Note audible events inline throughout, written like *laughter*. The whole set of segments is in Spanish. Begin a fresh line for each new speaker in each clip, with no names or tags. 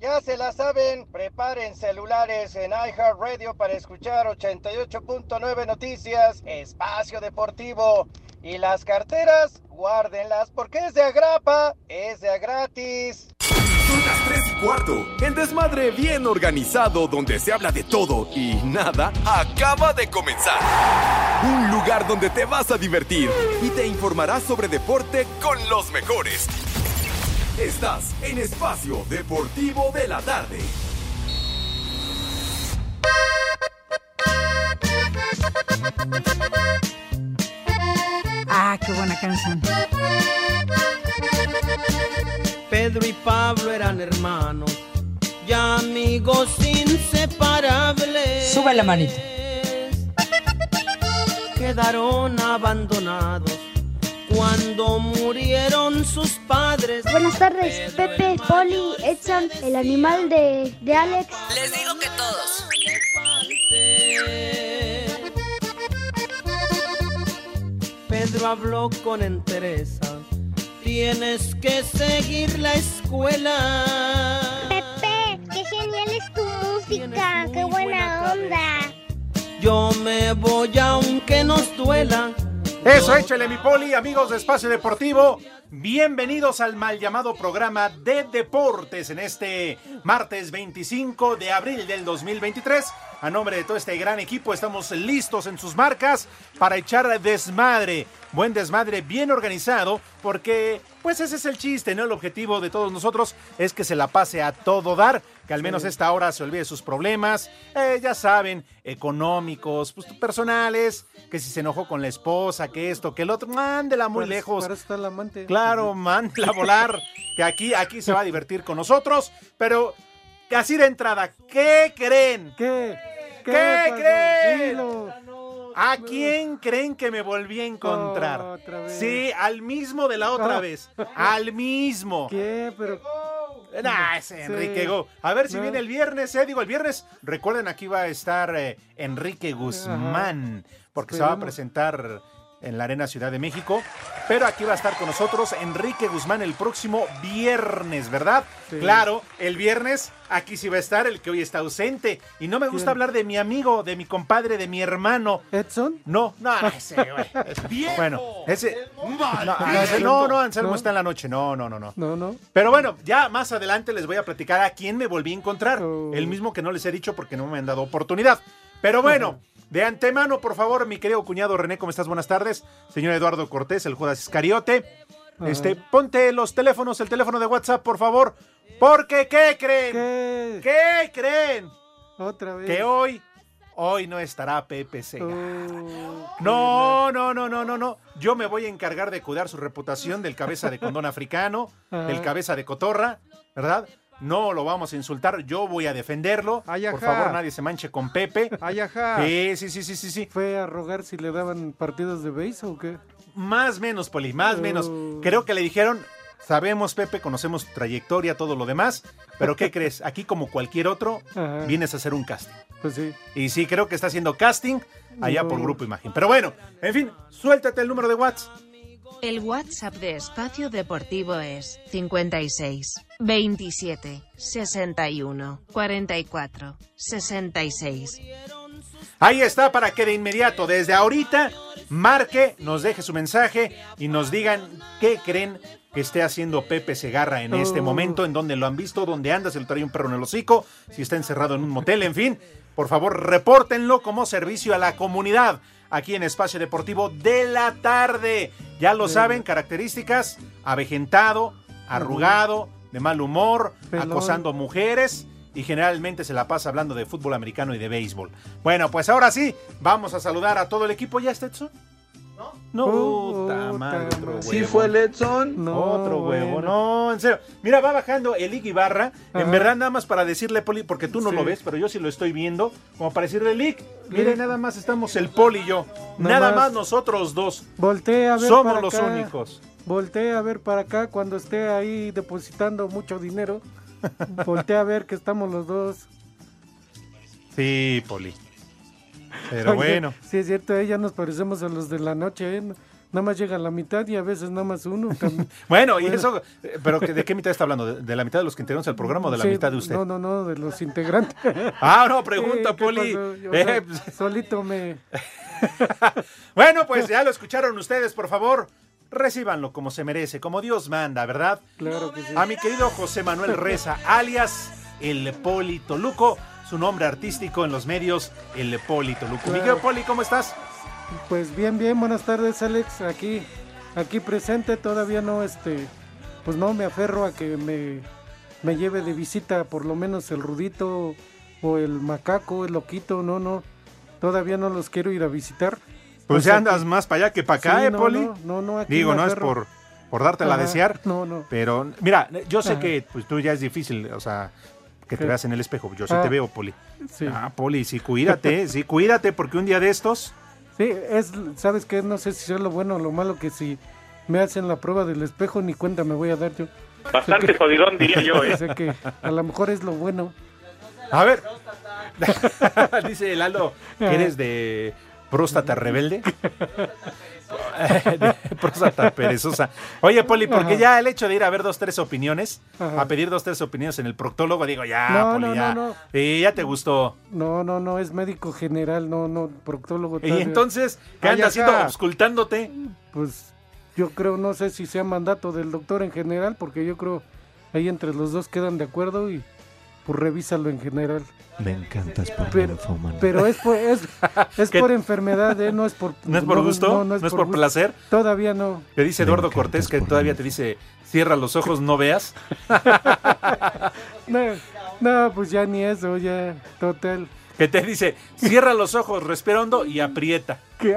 Ya se la saben, preparen celulares en iHeartRadio para escuchar 88.9 Noticias, Espacio Deportivo. Y las carteras, guárdenlas porque es de agrapa, es de a gratis.
Son las 3 y cuarto. El desmadre bien organizado donde se habla de todo y nada acaba de comenzar. Un lugar donde te vas a divertir y te informarás sobre deporte con los mejores. Estás en Espacio Deportivo de la Tarde.
Ah, qué buena canción.
Pedro y Pablo eran hermanos y amigos inseparables.
Sube la manita.
Quedaron abandonados cuando murieron sus padres.
Buenas tardes, Pepe, Poli, Edson, el animal de, de Alex.
Les digo que todos.
Pedro habló con entereza. Tienes que seguir la escuela.
Pepe, Eh, qué genial es tu música,
Tienes
qué
muy
buena
buena
onda.
Yo me voy aunque nos duela.
Eso, échale mi poli, amigos de Espacio Deportivo. Bienvenidos al mal llamado programa de deportes en este martes 25 de abril del 2023. A nombre de todo este gran equipo, estamos listos en sus marcas para echar desmadre. Buen desmadre, bien organizado, porque pues ese es el chiste, ¿no? El objetivo de todos nosotros es que se la pase a todo dar, que al menos esta hora se olvide sus problemas, eh, ya saben, económicos, pues, personales, que si se enojó con la esposa, que esto, que el otro, mándela muy lejos.
está el amante.
Claro, mándela a volar, que aquí, aquí se va a divertir con nosotros, pero así de entrada, ¿qué creen?
¿Qué?
¿Qué
pasó?
creen?
Dilo.
¿A quién creen que me volví a encontrar?
Otra vez.
Sí, al mismo de la otra
Ah.
vez. Al mismo.
*laughs* ¿Qué? Pero.
Eh, Nah, ese Enrique
Sí.
Go. A ver si
No.
viene el viernes, eh. Digo, el viernes, recuerden, aquí va a estar eh, Enrique Guzmán, porque se va a
Esperemos.
presentar en la Arena Ciudad de México. Pero aquí va a estar con nosotros Enrique Guzmán el próximo viernes, ¿verdad?
Sí.
Claro, el viernes aquí sí va a estar el que hoy está ausente. Y no me gusta
¿Quién?
hablar de mi amigo, de mi compadre, de mi hermano.
¿Edson?
No, no, no, ese, güey.
*laughs*
Bueno, ese. No, Anselmo- no, no,
ah,
Anselmo
No.
está en la noche. No, no, no, no.
No, no.
Pero bueno, ya más adelante les voy a platicar a quién me volví a encontrar.
Oh.
El mismo que no les he dicho porque no me han dado oportunidad. Pero bueno, de antemano, por favor, mi querido cuñado René, ¿cómo estás? Buenas tardes. Señor Eduardo Cortés, el Judas Iscariote. Este,
Ah.
ponte los teléfonos, el teléfono de WhatsApp, por favor. Porque, ¿qué
¿Qué?
creen? ¿Qué creen?
Otra vez.
Que hoy, hoy no estará Pepe
Oh,
Sega.
qué
No, no, no, no, no, no. Yo me voy a encargar de cuidar su reputación del cabeza de condón africano,
Ajá.
del cabeza de cotorra, ¿verdad? No lo vamos a insultar, yo voy a defenderlo.
Ay,
Por
ajá.
favor, nadie se manche con Pepe.
mal. Ay, ajá.
Sí, sí, sí, sí, sí, sí.
¿Fue a rogar si le daban partidas de base o qué?
Más menos, Poli, más menos.
Oh.
Creo que le dijeron, sabemos, Pepe, conocemos tu trayectoria, todo lo demás, pero
*laughs*
¿qué crees? Aquí, como cualquier otro,
Ajá.
vienes a hacer un casting.
Pues sí.
Y sí, creo que está haciendo casting allá por
No.
Grupo Imagen. Pero bueno, en fin, suéltate el número de WhatsApp.
El WhatsApp de Espacio Deportivo es 56 27 61 44 66.
Ahí está para que de inmediato, desde ahorita, marque, nos deje su mensaje y nos digan qué creen que esté haciendo Pepe Segarra en este
Oh.
momento, en donde lo han visto, dónde anda, se lo trae un perro en el hocico, si está encerrado en un motel, en fin. Por favor, repórtenlo como servicio a la comunidad aquí en Espacio Deportivo de la tarde. Ya lo saben, características, avejentado, arrugado, de mal humor,
Pelón.
acosando mujeres y generalmente se la pasa hablando de fútbol americano y de béisbol. Bueno, pues ahora sí, vamos a saludar a todo el equipo. ¿Ya está Edson? No,
Oh,
puta madre,
puta madre.
otro huevo.
Sí
fue el
No,
otro huevo.
bueno.
No, en serio. Mira, va bajando el Ig Ibarra. En
Ajá.
verdad, nada más para decirle, Poli, porque tú no
Sí.
lo ves, pero yo sí lo estoy viendo. Como para decirle, Lig,
Lig.
mire, nada más estamos el Poli y yo.
Nada
Nada más
más.
nosotros dos.
Voltea a ver
Somos
para
los
acá.
únicos.
Voltea a ver para acá cuando esté ahí depositando mucho
*laughs*
dinero. Voltea a ver que estamos los dos.
Sí, Poli. Pero
Oye,
bueno.
Sí, es cierto, ahí ya nos parecemos a los de la noche. ¿eh? nada más llega a la mitad y a veces nada más
*laughs*
uno. cami-
Bueno, y
Bueno.
eso, eh, pero que- ¿de qué mitad está hablando? ¿De, de la mitad de los que integramos el programa o de la
Sí,
mitad de usted?
No, no, no, de los integrantes.
Ah, no, *laughs* pregunta,
Sí, ¿qué
Poli.
pasó? Yo
Eh,
sol-
pues,
solito me...
Bueno, pues ya lo escucharon ustedes, por favor. Recíbanlo como se merece, como Dios manda, ¿verdad?
Claro que sí.
A mi querido José Manuel Reza, alias El Poli Toluco, su nombre artístico en los medios, El Poli Toluco.
Claro.
Miguel Poli, ¿cómo estás?
Pues bien, bien, buenas tardes Alex, aquí, aquí presente, todavía no, este, pues no me aferro a que me, me lleve de visita por lo menos el rudito o el macaco, el loquito, no, no, todavía no los quiero ir a visitar.
Pues
O sea,
ya andas más para allá que para acá,
sí,
¿eh,
no,
Poli?
No, no, no, aquí
Digo,
me
no es
aferro.
por, por dártela a
Ajá,
desear,
No, no.
pero mira, yo sé
Ajá.
que pues, tú ya es difícil, o sea, que te
¿Qué?
veas en el espejo. Yo sí
Ah.
te veo, Poli.
Sí.
Ah, Poli, sí, cuídate, sí, cuídate, porque un día de estos...
Sí, es, sabes que no sé si sea lo bueno o lo malo que si me hacen la prueba del espejo ni cuenta me voy a dar yo.
Bastante
*laughs*
jodidón, diría yo, ¿eh?
O sea que a lo mejor es lo bueno.
A ver. *laughs* Dice Lalo que eres de próstata rebelde. *laughs* De próstata perezosa. Oye, Poli, porque
Ajá.
ya el hecho de ir a ver dos, tres opiniones,
Ajá.
a pedir dos, tres opiniones en el proctólogo, digo, ya,
No,
Poli,
no,
ya.
no, no.
Sí, ya te gustó.
No, no, no, es médico general, no, no, proctólogo.
Y
tal-
entonces, ¿qué
Ay,
andas
ajá.
haciendo? Obscultándote.
Pues yo creo, no sé si sea mandato del doctor en general, porque yo creo ahí entre los dos quedan de acuerdo y pues revísalo en general.
Me encantas por
Pero-
ninfómano.
Pero es por,
*laughs*
es, es
¿Qué?
por enfermedad, ¿eh? no es por...
¿No es por gusto? ¿No, es, por,
gusto.
placer?
Todavía no.
Te dice
Me
Eduardo
encantas
Cortés que
por
todavía
mí.
te dice, cierra los ojos, no veas.
no. No, pues ya ni eso, ya, total.
Que te dice, cierra los ojos, respira hondo y aprieta.
¿Qué?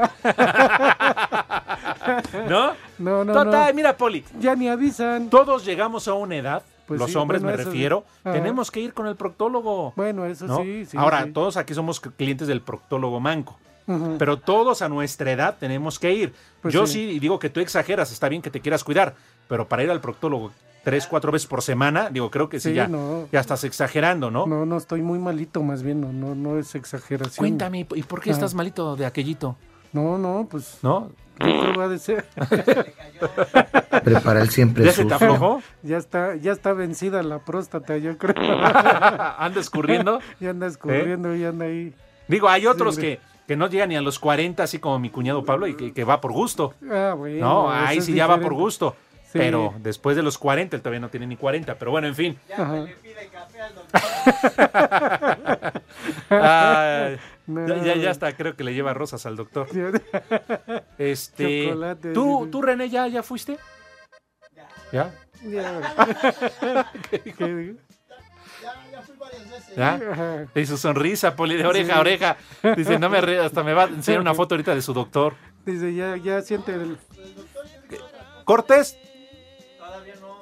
¿No?
No, no,
Total,
no.
mira, Poli,
Ya ni avisan.
todos llegamos a una edad,
Pues
los
sí,
hombres
bueno,
me
eso sí.
refiero,
Ajá.
tenemos que ir con el proctólogo.
Bueno, eso
¿no?
sí, sí.
Ahora,
sí.
todos aquí somos c- clientes del proctólogo manco,
Ujú.
pero todos a nuestra edad tenemos que ir.
Pues
Yo sí.
sí.
digo que tú exageras, está bien que te quieras cuidar, pero para ir al proctólogo tres, cuatro veces por semana, digo, creo que sí,
Sí,
ya,
no.
ya estás exagerando, ¿no?
No, no, estoy muy malito, más bien, no, no, no es exageración.
Cuéntame, ¿y por qué
Ajá.
estás malito de aquellito?
No, no, pues
¿No?
¿qué va a decir?
Prepara el siempre
¿Ya se te
*laughs*
aflojó?
*laughs* Ya está, ya está vencida la próstata, yo creo.
Mm. ¿Anda escurriendo?
*laughs* ya anda escurriendo, ya anda ahí.
Digo, hay otros
Sí,
que, que no llegan ni a los 40, así como mi cuñado Pablo, y que, que va por gusto.
Ah, bueno.
No,
eso
ahí
es
sí ya va por
diferente.
gusto.
Sí.
Pero después de los 40, él todavía no tiene ni 40. Pero bueno, en fin.
*laughs* Ajá.
Ay,
No.
ya, ya- ya está, creo que le lleva rosas al doctor. Este,
Chocolate,
¿tú,
dice.
¿Tú, René, ya, ya fuiste? ¿Ya?
*laughs* Ya.
*laughs*
¿Qué digo?
¿Ya?
Ajá.
Y su sonrisa, poli, de oreja a oreja. Dice, no me re, hasta me va a enseñar una foto ahorita de su doctor.
Dice, ya, ya siente el...
¿Cortés?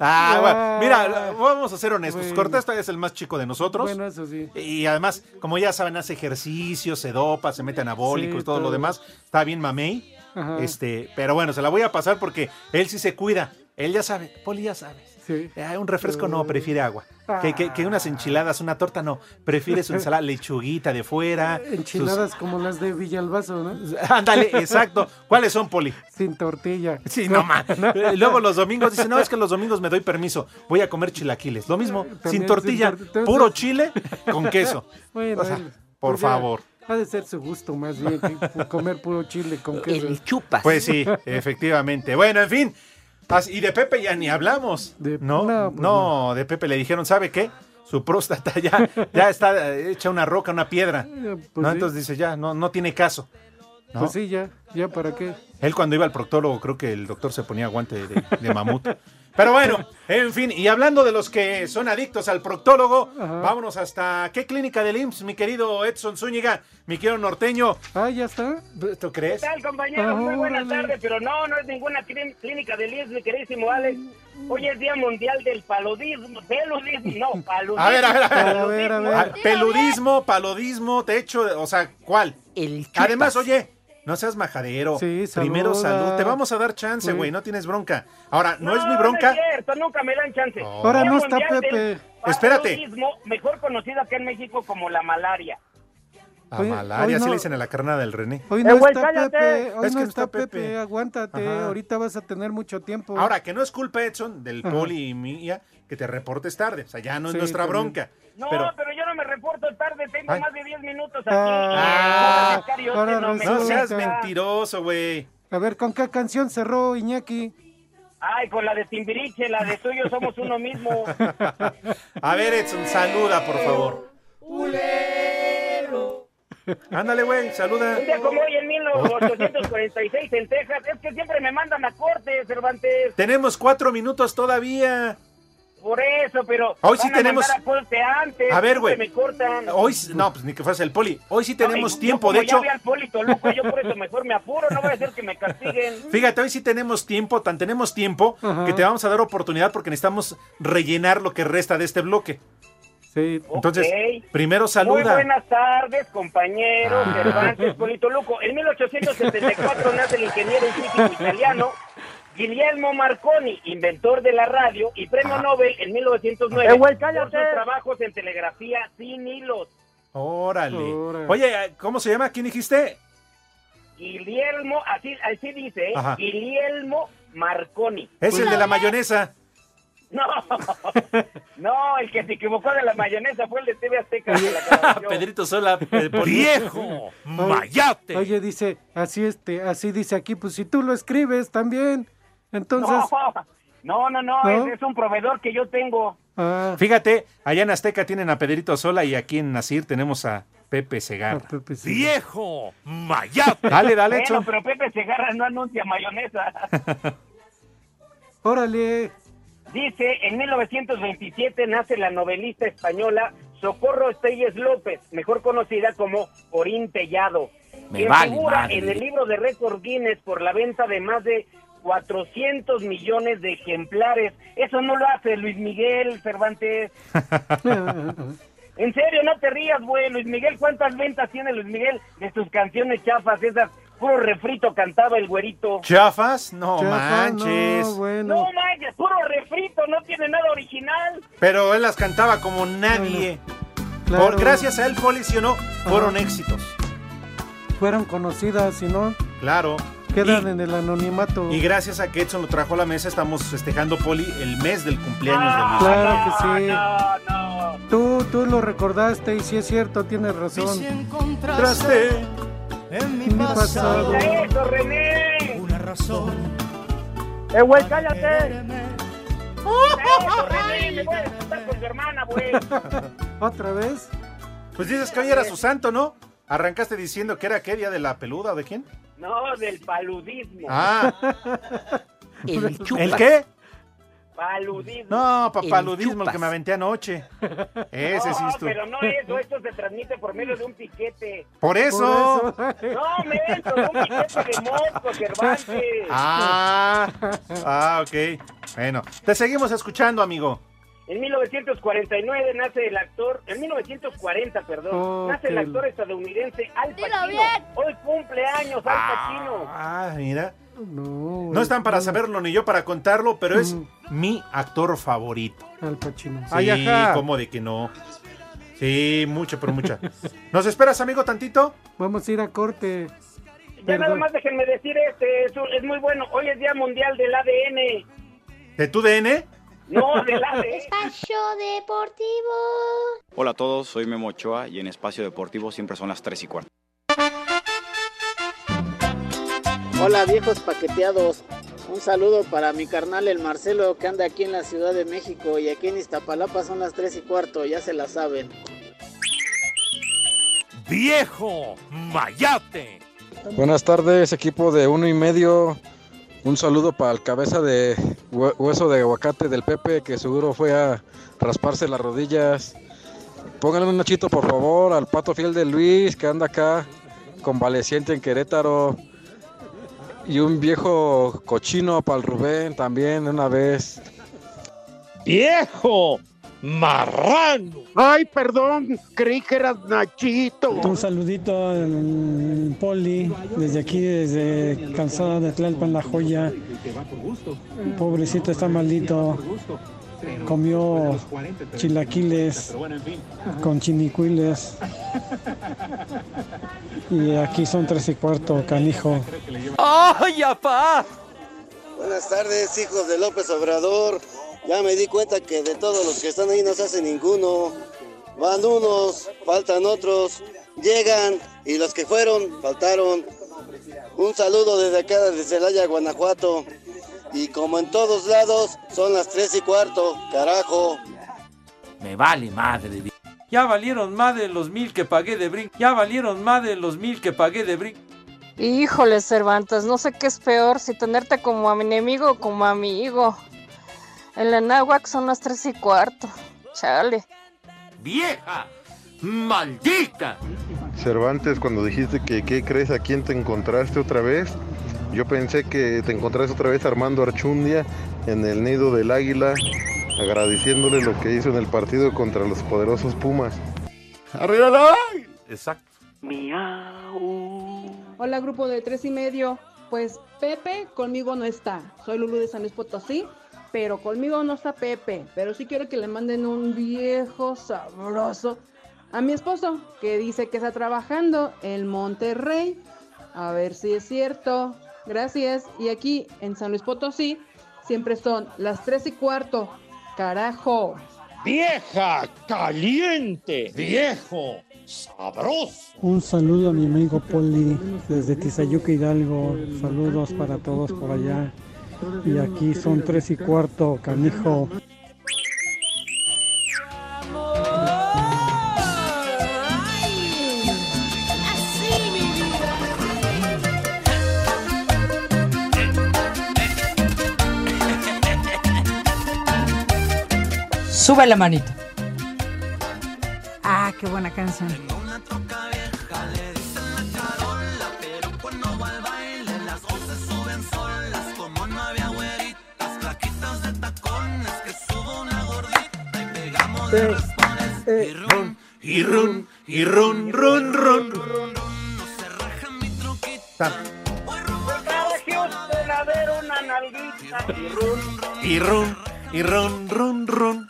Ah,
Ah.
bueno, mira, vamos a ser honestos.
Bueno.
Cortés todavía es el más chico de nosotros.
Bueno, eso sí.
Y además, como ya saben, hace ejercicio, se dopa, se mete anabólicos,
Sí,
todo lo
todo. Ah.
demás. Está bien mamey.
Ajá.
Este, pero bueno, se la voy a pasar porque él sí se cuida. Él ya sabe, Poli ya sabes.
Sí.
Ah, un refresco no, prefiere agua.
Ah.
Que, que- que unas enchiladas, una torta no. Prefiere su ensalada lechuguita de fuera.
*laughs*
sus-
Enchiladas como las de Villalbazo, ¿no?
*laughs* Ándale, exacto. ¿Cuáles son, Poli?
Sin tortilla.
Sí,
*laughs*
no man. Eh, Luego los domingos dicen, no, es que los domingos me doy permiso. Voy a comer chilaquiles. Lo mismo, sin
sin
tortilla,
tor- entonces-
puro chile con queso.
Bueno,
O sea,
él-
por
pues ya,
favor.
Ha de ser su gusto más bien, que pu- comer puro chile
*laughs*
con queso.
El chupas.
Pues sí, efectivamente. Bueno, en fin. As- Y de Pepe ya ni hablamos.
De-
no, no,
no, pues no.
de Pepe le dijeron, ¿sabe qué? Su próstata *laughs* ya, ya está eh, hecha una roca, una piedra.
Eh, pues
¿no?
sí,
Entonces dice, ya, no, no tiene caso. ¿no?
pues sí, ya, ya para qué.
Él cuando iba al proctólogo, creo que el doctor se ponía guante de, de mamut. Pero bueno, en fin, y hablando de los que son adictos al proctólogo,
Ajá.
vámonos hasta qué clínica del IMSS, mi querido Edson Zúñiga, mi querido norteño.
Ah, ya está.
¿Tú crees?
¿Qué tal, compañeros? Muy buenas
Órale.
tardes, pero no, no es ninguna clí- clínica de IES, mi querísimo Alex. Hoy es Día Mundial del Paludismo, peludismo, no, paludismo.
A ver, a ver, a ver.
A ver, a ver.
Ah, Peludismo, paludismo, techo, o sea, ¿cuál?
El chupas.
Además, oye, no seas majadero.
Sí,
Primero
saluda.
salud. Te vamos a dar chance,
Sí.
güey, no tienes bronca. Ahora, no, es mi
No
bronca.
es cierto, nunca me dan chance.
Oh.
Ahora
Día
no está
Mundial del
Pepe.
Paludismo,
Espérate.
mejor conocida acá en México como la malaria.
A
Hoy- hoy
malaria, así
no-
le dicen a la carnada del René.
Hoy
Eh,
no
güey,
está
cállate.
Pepe, hoy
Es
no
que no
está
está
Pepe,
Pepe.
aguántate,
Ajá.
ahorita vas a tener mucho tiempo.
Ahora, que no es culpa, Edson, del
Ajá.
poli y mía, que te reportes tarde. O sea, ya no es
Sí,
nuestra
también.
bronca.
No, pero,
pero,
yo no me reporto tarde, tengo
Ay.
más de 10 minutos aquí.
Ah,
Ahora, Macario,
ahora
usted me
no seas
resulta.
contesta.
mentiroso, güey.
A ver, ¿con qué canción cerró Iñaki?
Ay, con la de Timbiriche, la de tuyo somos uno mismo.
A ver, Edson, saluda, por favor. Ándale, güey, saluda.
Un día como hoy en 1846 en Texas, es que siempre me mandan a corte, Cervantes.
Tenemos cuatro minutos todavía.
Por eso, pero
Hoy sí
van a
tenemos-
mandar a corte antes.
A ver,
siempre
güey.
Me cortan.
Hoy, s- no, pues ni que fuese el poli. Hoy sí
No,
tenemos
y
tiempo.
yo
De
como ya
hecho,
vi al Poli Toluca, yo por eso mejor me apuro, no voy a hacer que me castiguen.
fíjate, hoy sí tenemos tiempo, tan tenemos tiempo
Ajá.
que te vamos a dar oportunidad porque necesitamos rellenar lo que resta de este bloque.
Sí,
Entonces,
Ok.
primero
Muy
saluda.
buenas tardes, compañeros,
Ah.
Cervantes, Polito Luco. En 1874 nace el ingeniero y físico italiano Guillermo Marconi, inventor de la radio y premio
Ah.
Nobel en 1909
Eh, güey,
por sus trabajos en telegrafía sin hilos.
Órale.
Órale.
Oye, ¿cómo se llama? ¿Quién dijiste?
Guillermo, así, así dice, ¿eh?
Ajá.
Guillermo Marconi.
Pues
Es el de la mayonesa.
No, no, el que se equivocó de la mayonesa fue el de TV Azteca. que la
*laughs*
conoció.
Pedrito Sola. eh,
¡Viejo! ¡Mayate!
oye, dice, así este, así dice aquí, pues si tú lo escribes también. Entonces,
No, no, no, no,
¿No?
Es, es un proveedor que yo tengo.
ah,
Fíjate, allá en Azteca tienen a Pedrito Sola y aquí en Nacir tenemos a Pepe
ah,
Segarra.
Pepe, sí.
¡Viejo! ¡Mayate!
Dale, dale,
bueno,
Edson.
pero Pepe Segarra no anuncia mayonesa.
*laughs*
Órale,
Dice, en 1927 nace la novelista española Socorro Estelles López, mejor conocida como Corín Tellado,
Me
quien
vale
figura
madre.
en el libro de récord Guinness por la venta de más de 400 millones de ejemplares. Eso no lo hace Luis Miguel Cervantes. En serio, no te rías, güey. Luis Miguel, ¿cuántas ventas tiene Luis Miguel de sus canciones chafas? Esas, puro refrito cantaba el güerito.
¿Chafas? No
Chafa, no,
manches.
bueno.
No manches, puro refrito, no tiene nada original.
Pero él las cantaba como nadie.
claro,
Por, gracias a él, Poli, sí o no, fueron éxitos.
Fueron conocidas, si no,
Claro.
quedan
Y-
en el anonimato.
Y gracias a que Edson lo trajo a la mesa, estamos festejando, Poli, el mes del cumpleaños de Luis.
Claro
Ah,
que sí.
No, no, no.
Tú, tú lo recordaste y si es cierto, tienes razón.
Traste.
en
Mi pasado.
Mira Eso, René.
una razón.
Eh, güey, cállate. Eso, René, *laughs* me voy a disputar con tu hermana, güey.
¿Otra vez?
Pues dices que hoy era su santo, ¿no? Arrancaste diciendo que era qué día de la peluda, o ¿de quién?
No, del paludismo.
Ah,
*laughs*
El
¿el qué?
Paludismo.
No,
El
papaludismo, el que
chupas.
me aventé anoche. Ese sí
No,
estuvo.
pero no eso, esto se transmite por medio de un piquete.
Por eso.
Por eso.
No, menso, no, un piquete de mosco, Cervantes.
Ah, ah, ok. Bueno, te seguimos escuchando, amigo.
En 1949 nace el actor, en 1940, perdón,
Oh,
nace el
qué
actor
lo-
estadounidense Al
Dilo
Pacino.
bien.
Hoy cumpleaños Al Pacino.
Ah, mira.
No,
No están para saberlo ni yo para contarlo, pero es
Mm.
mi actor favorito.
Al Pacino.
Sí,
Ay, ajá.
como de que no. Sí, mucho,
*laughs*
pero mucha. ¿Nos esperas, amigo, tantito?
Vamos a ir a corte.
Ya nada
Perdón.
más déjenme decir este, es, un- es muy bueno. Hoy es Día Mundial del ADN.
¿De tu DN?
*laughs*
No, del ADN.
Espacio Deportivo.
Hola a todos, soy Memo Ochoa y en Espacio Deportivo siempre son las 3 y cuarto.
Hola viejos paqueteados, un saludo para mi carnal el Marcelo que anda aquí en la Ciudad de México y aquí en Iztapalapa son las 3 y cuarto, ya se la saben.
¡Viejo! ¡Mayate!
Buenas tardes, equipo de uno y medio. Un saludo para el cabeza de hue- hueso de aguacate del Pepe, que seguro fue a rasparse las rodillas. Pónganle un nachito, por favor, al pato fiel de Luis, que anda acá convaleciente en Querétaro. Y un viejo cochino para el Rubén también, de una vez.
¡Viejo! ¡Marrano! ¡Ay, perdón! Creí que eras Nachito.
Un saludito al Poli, desde aquí, desde Calzada de Tlalpan, La Joya. Pobrecito, está malito.
comió chilaquiles con chinicuiles. Y aquí son tres y cuarto, canijo.
¡Ay, apá!
Buenas tardes, hijos de López Obrador. Ya me di cuenta que de todos los que están ahí no se hace ninguno. Van unos, faltan otros, llegan y los que fueron, faltaron. Un saludo desde acá, desde Celaya, Guanajuato. Y como en todos lados, son las tres y cuarto, carajo.
Me vale madre. di- Ya valieron madre los mil que pagué de brinco. Ya valieron madre los mil que pagué de brinco.
Híjole, Cervantes, no sé qué es peor, si tenerte como a mi enemigo o como amigo. En la náhuac son las tres y cuarto. Chale.
¡Vieja! ¡Maldita!
Cervantes, cuando dijiste que qué crees a quién te encontraste otra vez, yo pensé que te encontraste otra vez a Armando Archundia en el nido del águila, agradeciéndole lo que hizo en el partido contra los poderosos Pumas.
¡Arriba la Exacto.
Hola, grupo de tres y medio. Pues Pepe conmigo no está. Soy Lulu de San Luis Potosí, pero conmigo no está Pepe. Pero sí quiero que le manden un viejo sabroso a mi esposo, que dice que está trabajando en Monterrey. A ver si es cierto. Gracias. Y aquí en San Luis Potosí siempre son las tres y cuarto. Carajo.
Vieja caliente, viejo sabroso.
Un saludo a mi amigo Poli desde Tizayuca Hidalgo. Saludos para todos por allá. Y aquí son tres y cuarto, canijo.
Sube la manito.
Ah, qué buena canción.
Y run, y run, run, run. Ta-
Para Houston a ver una nalguita y run.
Y run, y run, run, run.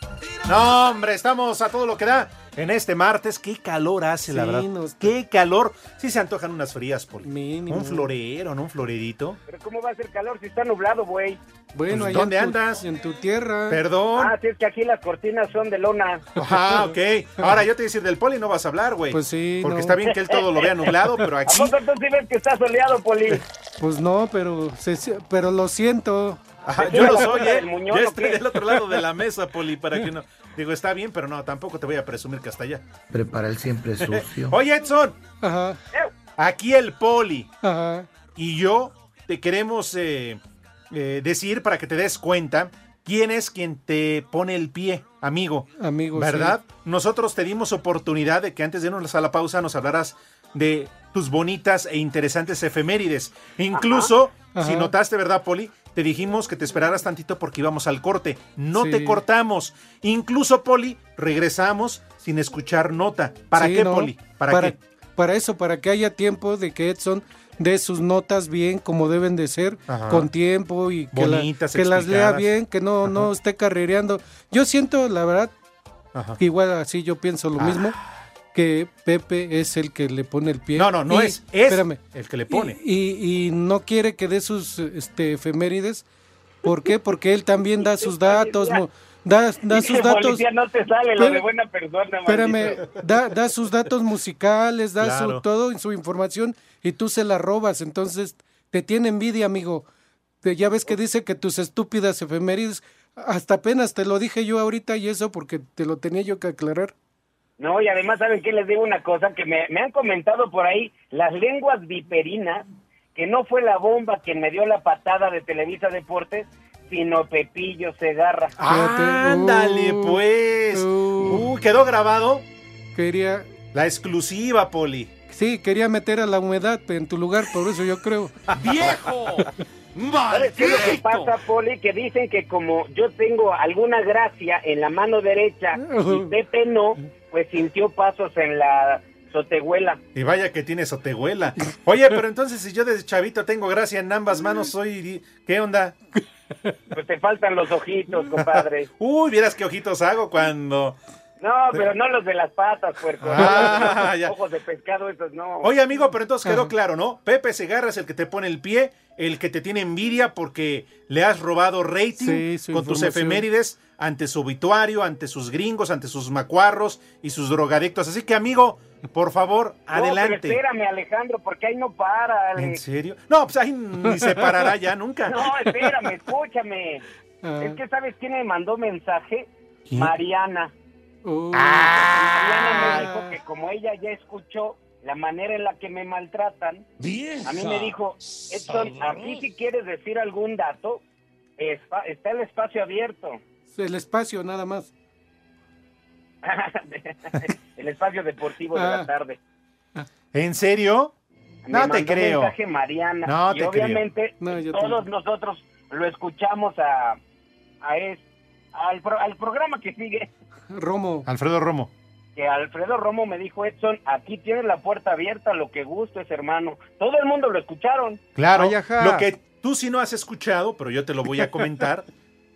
No, hombre, estamos a todo lo que da. En este martes, qué calor hace, la
Sí,
verdad.
no está-
Qué calor. Sí se antojan unas frías, Poli.
Mínimo.
Un florero, ¿no? Un florerito.
Pero ¿cómo va a ser calor si está nublado, güey?
Bueno,
Pues,
ahí
¿dónde
en tu-
andas?
En tu tierra.
Perdón.
Ah, sí, es que aquí las cortinas son de lona.
Ah, ok. Ahora yo te voy a decir, del Poli no vas a hablar, güey.
Pues sí,
Porque
no.
está bien que él todo lo vea nublado, pero
*laughs*
aquí...
¿A poco tú sí ves que está soleado, Poli?
Pues no, pero, se si- pero lo siento.
Ajá, yo lo soy, ¿eh? Yo estoy del otro lado de la mesa, Poli, para que no. Digo, está bien, pero no, tampoco te voy a presumir que hasta allá.
Prepara el siempre sucio.
*laughs*
Oye, Edson. Aquí el Poli. Y yo te queremos eh, eh, decir para que te des cuenta quién es quien te pone el pie, amigo.
Amigo, sí.
¿Verdad? Nosotros te dimos oportunidad de que antes de irnos a la pausa nos hablaras de tus bonitas e interesantes efemérides. Incluso,
Ajá.
si
Ajá.
notaste, ¿verdad, Poli? Te dijimos que te esperaras tantito porque íbamos al corte. No
Sí.
te cortamos. Incluso, Poli, regresamos sin escuchar nota. ¿Para
Sí,
qué,
¿no?
Poli? ¿Para, qué?
Para eso, para que haya tiempo de que Edson dé sus notas bien, como deben de ser,
Ajá.
con tiempo y que, la-
Bonitas,
que las lea
explicadas.
bien, que no, no esté carrereando. Yo siento, la verdad, que igual así yo pienso lo
Ah.
mismo, que Pepe es el que le pone el pie.
No, no, no
Y-
es. Es
espérame.
el que le pone.
Y, y- y no quiere que dé sus este, efemérides. ¿Por qué? Porque él también da sus datos, mo- da,
*laughs*
da sus
Dice,
datos.
Policía, no te sale lo de
Pero-
buena persona,
Espérame,
maldito.
da, da sus datos musicales, da
Claro.
su, todo en su información y tú se la robas. Entonces, te tiene envidia, amigo. Te- ya ves que dice que tus estúpidas efemérides, hasta apenas te lo dije yo ahorita y eso porque te lo tenía yo que aclarar.
No, y además, ¿saben qué? Les digo una cosa que me, me han comentado por ahí, las lenguas viperinas, que no fue la bomba quien me dio la patada de Televisa Deportes, sino Pepillo Segarra.
Ah, Ándale, pues. Uh, quedó grabado.
Quería.
La exclusiva, Poli.
Sí, quería meter a la humedad en tu lugar, por eso yo
*laughs*
creo.
¡Viejo!
¿Sabes qué es lo que pasa, Poli? Que dicen que como yo tengo
*laughs*
alguna gracia en la mano derecha y Pepe no, pues sintió pasos en la Sotehuela.
Y vaya que tiene sotehuela. Oye, pero entonces si yo desde chavito tengo gracia en
Mm.
ambas manos, soy... ¿Qué onda?
Pues te faltan los ojitos,
*laughs*
compadre.
Uy, vieras qué ojitos hago cuando...
No, pero no los de las patas, puerco.
Ah, ya.
Ojos de pescado, esos no.
Oye, amigo, pero entonces quedó claro, ¿no? Pepe Segarra es el que te pone el pie, el que te tiene envidia porque le has robado rating
Sí, su
con tus
información.
efemérides ante su obituario, ante sus gringos, ante sus macuarros y sus drogadictos. Así que, amigo, por favor,
No, pero
adelante.
espérame, Alejandro, porque ahí no para,
¿En
Alex.
serio? No, pues ahí ni se parará ya nunca.
No, espérame, escúchame.
Ah,
Es que, ¿sabes quién me mandó mensaje?
Ah. ¿Quién? Ah.
Mariana.
oh,
Ah. Mariana me dijo que como ella ya escuchó la manera en la que me maltratan, a mí me dijo, Edson, aquí si quieres decir algún dato, espa- está el espacio abierto.
El espacio nada más.
el espacio deportivo de
Ah.
la tarde.
¿En serio?
Me
No te
mandó
creo.
mensaje Mariana.
No
y
te creo.
obviamente
yo
todos nosotros lo escuchamos a, a es- al, pro- al programa que sigue.
Romo.
Alfredo Romo.
Que Alfredo Romo me dijo, Edson, aquí tienes la puerta abierta, lo que gustes, hermano. Todo el mundo lo escucharon.
Claro,
Ay, ajá.
lo que tú sí no has escuchado, pero yo te lo voy a comentar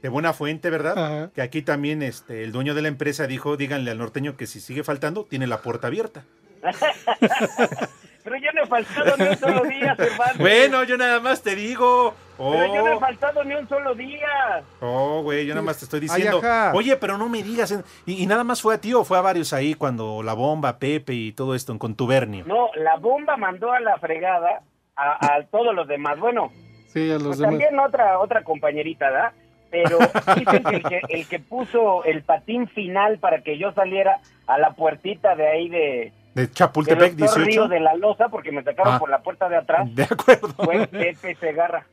de buena fuente, ¿verdad? Que aquí también este, el dueño de la empresa dijo, díganle al norteño que si sigue faltando, tiene la puerta abierta.
Pero yo no he faltado ni un solo
*laughs*
día, hermano.
Bueno, yo nada más te digo.
Pero yo no he
Oh,
faltado ni un solo día.
oh, güey, yo nada más te estoy diciendo.
Ay, ajá.
Oye, pero no me digas. en- Y, y nada más fue a ti o fue a varios ahí cuando la bomba, Pepe y todo esto en contubernio.
No, la bomba mandó a la fregada a, a todos los demás. Bueno,
Sí, a los
pues
demás.
también otra otra compañerita, ¿da? Pero dicen que el, que el que puso el patín final para que yo saliera a la puertita de ahí de,
De
de
Chapultepec
Doctor
18.
Río de la Loza, porque me sacaron
Ah.
por la puerta de atrás,
De acuerdo. *laughs*
fue Pepe Segarra.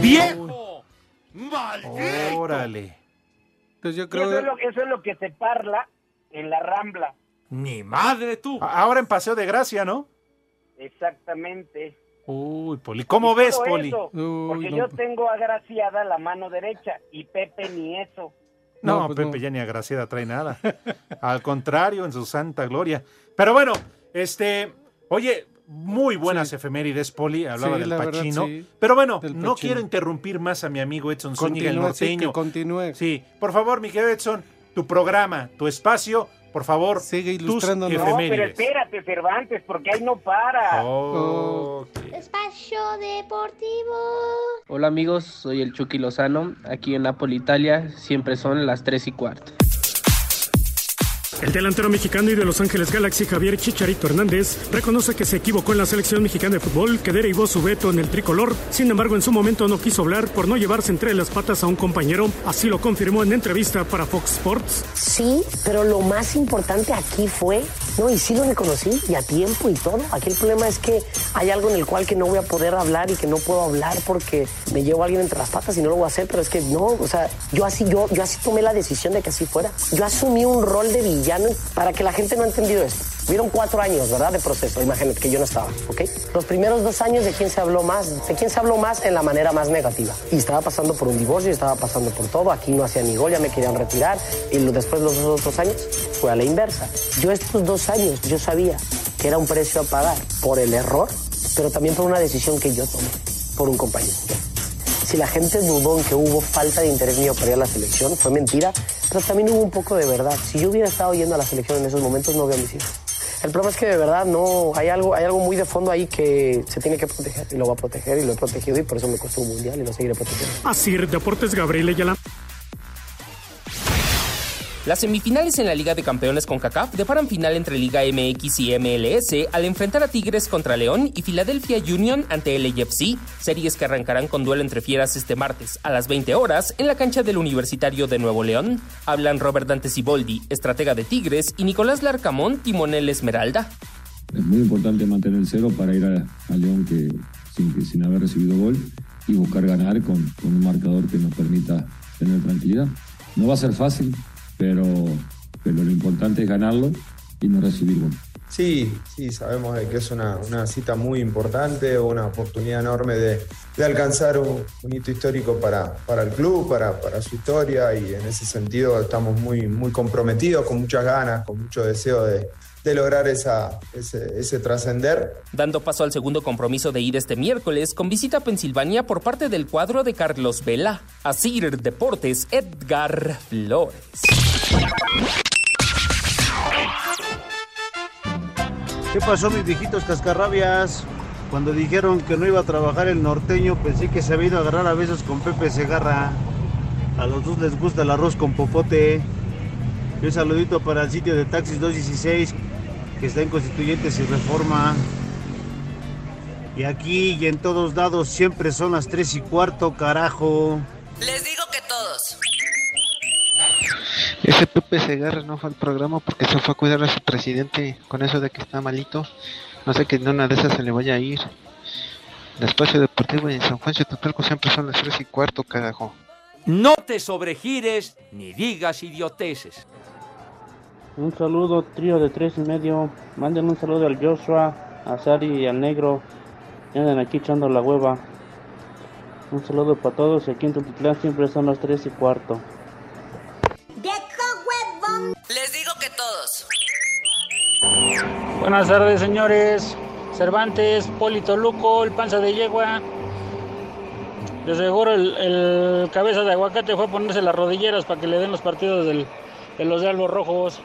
¡Viejo! Órale.
Entonces yo
Y Eso es, lo, eso es lo que se parla en la Rambla,
¡Ni madre tú! Ahora en Paseo de Gracia, ¿no?
exactamente.
Uy, Poli. ¿Cómo
Y
ves,
todo
Poli? pues.
eso, porque
pues,
yo tengo agraciada la mano derecha y Pepe ni eso.
No, Pepe ya ni agraciada trae nada. Al contrario, en su santa gloria. Pero bueno, este, oye, muy buenas efemérides, Poli. Hablaba
Sí,
del
la verdad,
Pachino.
sí.
Pero bueno,
Del Pachino.
no quiero interrumpir más a mi amigo Edson Zúñiga, el
Continúa, sí, que
norteño.
continúe.
Sí, por favor, mi querido Edson, tu programa, tu espacio, por favor, sigue
ilustrándonos.
Tus
No, pero
efemérides.
espérate, Cervantes, porque ahí no para.
Oh.
Espacio Deportivo.
Hola amigos, soy el Chucky Lozano. Aquí en Napoli, Italia, siempre son las 3 y cuarto.
El delantero mexicano y de Los Ángeles Galaxy, Javier Chicharito Hernández, reconoce que se equivocó en la selección mexicana de fútbol, que derivó su veto en el tricolor. Sin embargo, en su momento no quiso hablar por no llevarse entre las patas a un compañero. Así lo confirmó en entrevista para Fox Sports.
Sí, pero lo más importante aquí fue, no, y sí lo reconocí, y a tiempo y todo. Aquí el problema es que hay algo en el cual que no voy a poder hablar y que no puedo hablar porque me llevo a alguien entre las patas y no lo voy a hacer, pero es que no, o sea, yo así, yo, yo así tomé la decisión de que así fuera. Yo asumí un rol de villano para que la gente no ha entendido esto. Vieron cuatro años, ¿verdad? De proceso, imagínate que yo no estaba, ¿ok? Los primeros dos años de quién se habló más, de quién se habló más en la manera más negativa. Y estaba pasando por un divorcio, estaba pasando por todo, aquí no hacía ni gol, ya me querían retirar. Y lo- después los dos otros años fue a la inversa. Yo estos dos años, yo sabía que era un precio a pagar por el error, pero también por una decisión que yo tomé, por un compañero. Si la gente dudó en que hubo falta de interés mío para ir a la selección, fue mentira, pero también hubo un poco de verdad. Si yo hubiera estado yendo a la selección en esos momentos, no veo a mis hijos. El problema es que de verdad no, hay algo, hay algo muy de fondo ahí que se tiene que proteger y lo va a proteger y lo he protegido y por eso me costó un mundial y lo seguiré protegiendo.
Así, Deportes Gabriel Ayala.
Las semifinales en la Liga de Campeones con CACAF deparan final entre Liga MX y MLS al enfrentar a Tigres contra León y Philadelphia Union ante LAFC, series que arrancarán con duelo entre fieras este martes a las 20 horas en la cancha del Universitario de Nuevo León. Hablan Robert Dante Siboldi, estratega de Tigres, y Nicolás Larcamón, timonel Esmeralda.
Es muy importante mantener el cero para ir a, a León que sin, que- sin haber recibido gol y buscar ganar con, con un marcador que nos permita tener tranquilidad. No va a ser fácil, pero, pero lo importante es ganarlo y no recibir gol.
Sí, sí, sabemos de que es una, una cita muy importante, una oportunidad enorme de, de alcanzar un, un hito histórico para, para el club, para, para su historia y en ese sentido estamos muy, muy comprometidos, con muchas ganas, con mucho deseo de, de lograr esa, ese, ese trascender.
Dando paso al segundo compromiso de ida este miércoles con visita a Pensilvania por parte del cuadro de Carlos Vela. Asir Deportes, Edgar Flores.
¿Qué pasó mis viejitos cascarrabias? Cuando dijeron que no iba a trabajar el norteño, pensé que se había ido a agarrar a besos con Pepe Segarra. A los dos les gusta el arroz con popote. Y un saludito para el sitio de Taxis 216, que está en Constituyentes y Reforma. Y aquí y en todos lados siempre son las 3 y cuarto, carajo.
Les digo que todos.
Ese Pepe Segarra no fue al programa porque se fue a cuidar a su presidente con eso de que está malito. No sé que en una de esas se le vaya a ir. El espacio deportivo en San Juan Totalco siempre son las 3 y cuarto, carajo.
No te sobregires ni digas idioteces.
Un saludo, trío de tres y medio. Manden un saludo al Joshua, a Sari y al Negro. que Andan aquí echando la hueva. Un saludo para todos. y Aquí en Tultitlán siempre son las tres y cuarto.
Les digo que todos.
Buenas tardes, señores. Cervantes, Polito Luco, el panza de yegua. De seguro el, el cabeza de aguacate fue a ponerse las rodilleras para que le den los partidos del- de los de Albos Rojos.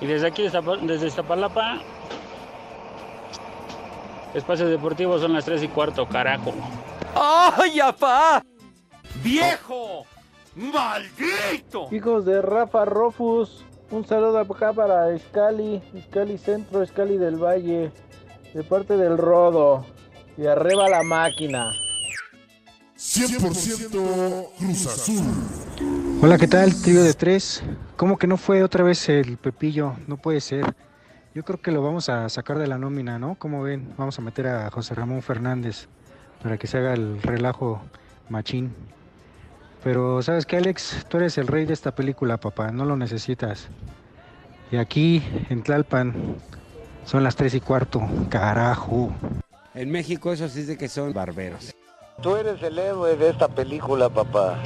Y desde aquí, desde Iztapa- desde Iztapalapa, espacios deportivos son las 3 y cuarto, carajo.
¡Ay, apá! ¡Viejo! ¡Maldito!
Hijos de Rafa Rofus, un saludo acá para Escali, Escali Centro, Escali del Valle, de parte del Rodo. Y arriba la máquina.
100% Cruz Azul.
Hola, ¿qué tal, trío de tres? ¿Cómo que no fue otra vez el Pepillo? No puede ser. Yo creo que lo vamos a sacar de la nómina, ¿no? Como ven, vamos a meter a José Ramón Fernández para que se haga el relajo machín. Pero, ¿sabes qué, Alex? Tú eres el rey de esta película, papá. No lo necesitas. Y aquí, en Tlalpan, son las tres y cuarto. Carajo.
En México eso sí de que son barberos.
Tú eres el héroe de esta película, papá.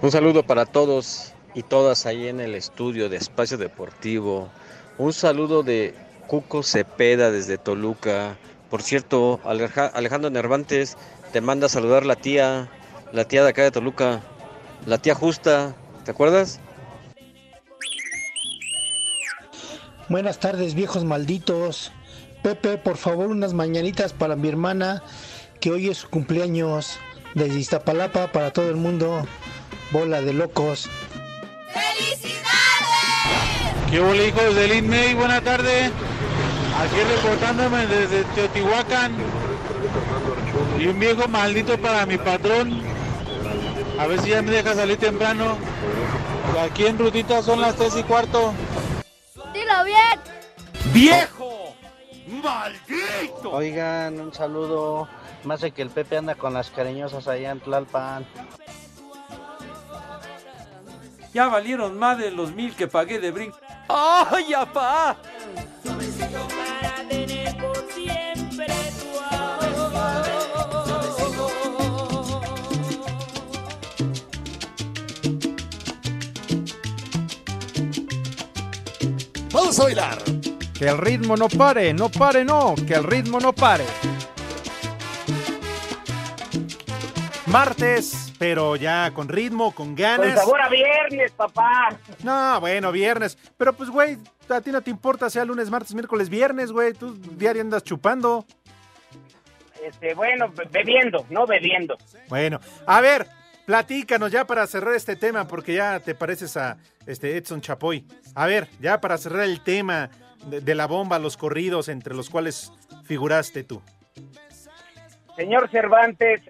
Un saludo para todos y todas ahí en el estudio de Espacio Deportivo. Un saludo de Cuco Cepeda desde Toluca. Por cierto, Aleja- Alejandro Nervantes te manda a saludar la tía, la tía de acá de Toluca, la tía Justa, ¿te acuerdas?
Buenas tardes, viejos malditos. Pepe, por favor, unas mañanitas para mi hermana, que hoy es su cumpleaños. Desde Iztapalapa para todo el mundo. Bola de locos.
¿Qué hubo, hijos del INMEI? Buenas tardes. Aquí reportándome desde Teotihuacán. Y un viejo maldito para mi patrón. A ver si ya me deja salir temprano. Aquí en Rutita son las 3 y cuarto.
Dilo bien.
¡Viejo! ¡Maldito!
Oigan, un saludo. Más de que el Pepe anda con las cariñosas allá en Tlalpan.
Ya valieron más de los mil que pagué de brinco. ¡Ay, apá!
Vamos a bailar. Que el ritmo no pare, no pare, no, que el ritmo no pare. Martes, pero ya con ritmo, con ganas.
Con sabor a viernes, papá.
No, bueno, viernes. Pero pues, güey, a ti no te importa sea lunes, martes, miércoles, viernes, güey. Tú diario andas chupando.
Este, bueno, be- bebiendo, no bebiendo.
Bueno, a ver, platícanos ya para cerrar este tema, porque ya te pareces a este Edson Chapoy. A ver, ya para cerrar el tema de, de la bomba, los corridos entre los cuales figuraste tú.
Señor Cervantes,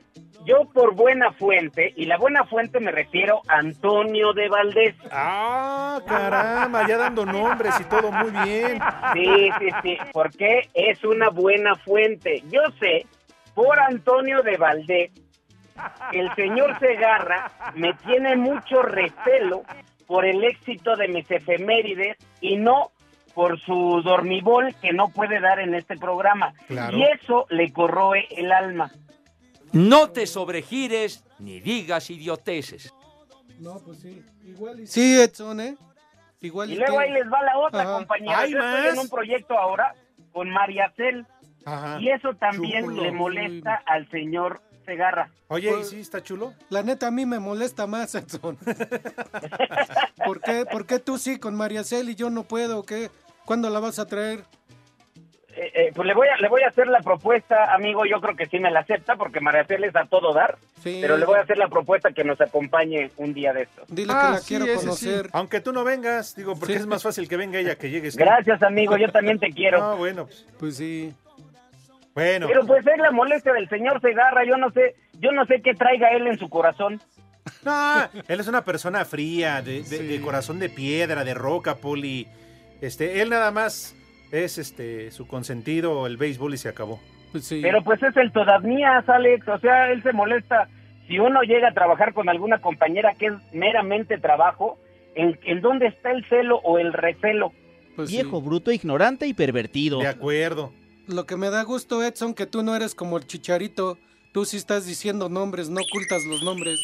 yo por buena fuente, y la buena fuente me refiero a Antonio de Valdés.
Ah, caramba, ya dando nombres y todo muy bien.
Sí, sí, sí, porque es una buena fuente. Yo sé, por Antonio de Valdés, que el señor Segarra me tiene mucho recelo por el éxito de mis efemérides y no por su dormibol que no puede dar en este programa.
Claro.
Y eso le corroe el alma.
No te sobregires ni digas idioteces.
No, pues sí. Igual y sí, Edson, ¿eh? Igual
Y luego ahí les va la otra, compañera.
Ay,
Yo estoy
más.
en un proyecto ahora con María Cel. Y eso también
Chulo.
le molesta al señor Segarra.
Oye, ¿y sí está chulo?
La neta a mí me molesta
*laughs*
más, Edson. ¿Por qué, por qué tú sí con María Cel y yo no puedo? ¿Qué? ¿Cuándo la vas a traer?
Eh, eh, pues le voy, a, le voy a hacer la propuesta, amigo. Yo creo que sí me la acepta porque María Cel es a todo dar. Pero le voy a hacer la propuesta que nos acompañe un día de estos.
Ah, sí, ese sí. Aunque tú no vengas, digo, porque es más fácil que venga ella que llegues. tú.
Gracias, amigo. Yo también te
*laughs*
quiero.
Ah, bueno.
Pues sí.
Bueno.
Pero pues es la molestia del señor Segarra, yo no sé, yo no sé qué traiga él en su corazón.
No, él es una persona fría, de, de- de corazón de piedra, de roca, Poli. Este, él nada más es este su consentido, el béisbol y se acabó.
Pero pues es el todavía, Alex, o sea,
*laughs*
él se molesta si uno llega a trabajar con alguna compañera que es meramente trabajo, ¿en, en dónde está el celo o el recelo?
pues
Viejo, bruto, ignorante y pervertido.
De acuerdo.
Lo que me da gusto, Edson, que tú no eres como el chicharito. Tú sí estás diciendo nombres, no ocultas los nombres.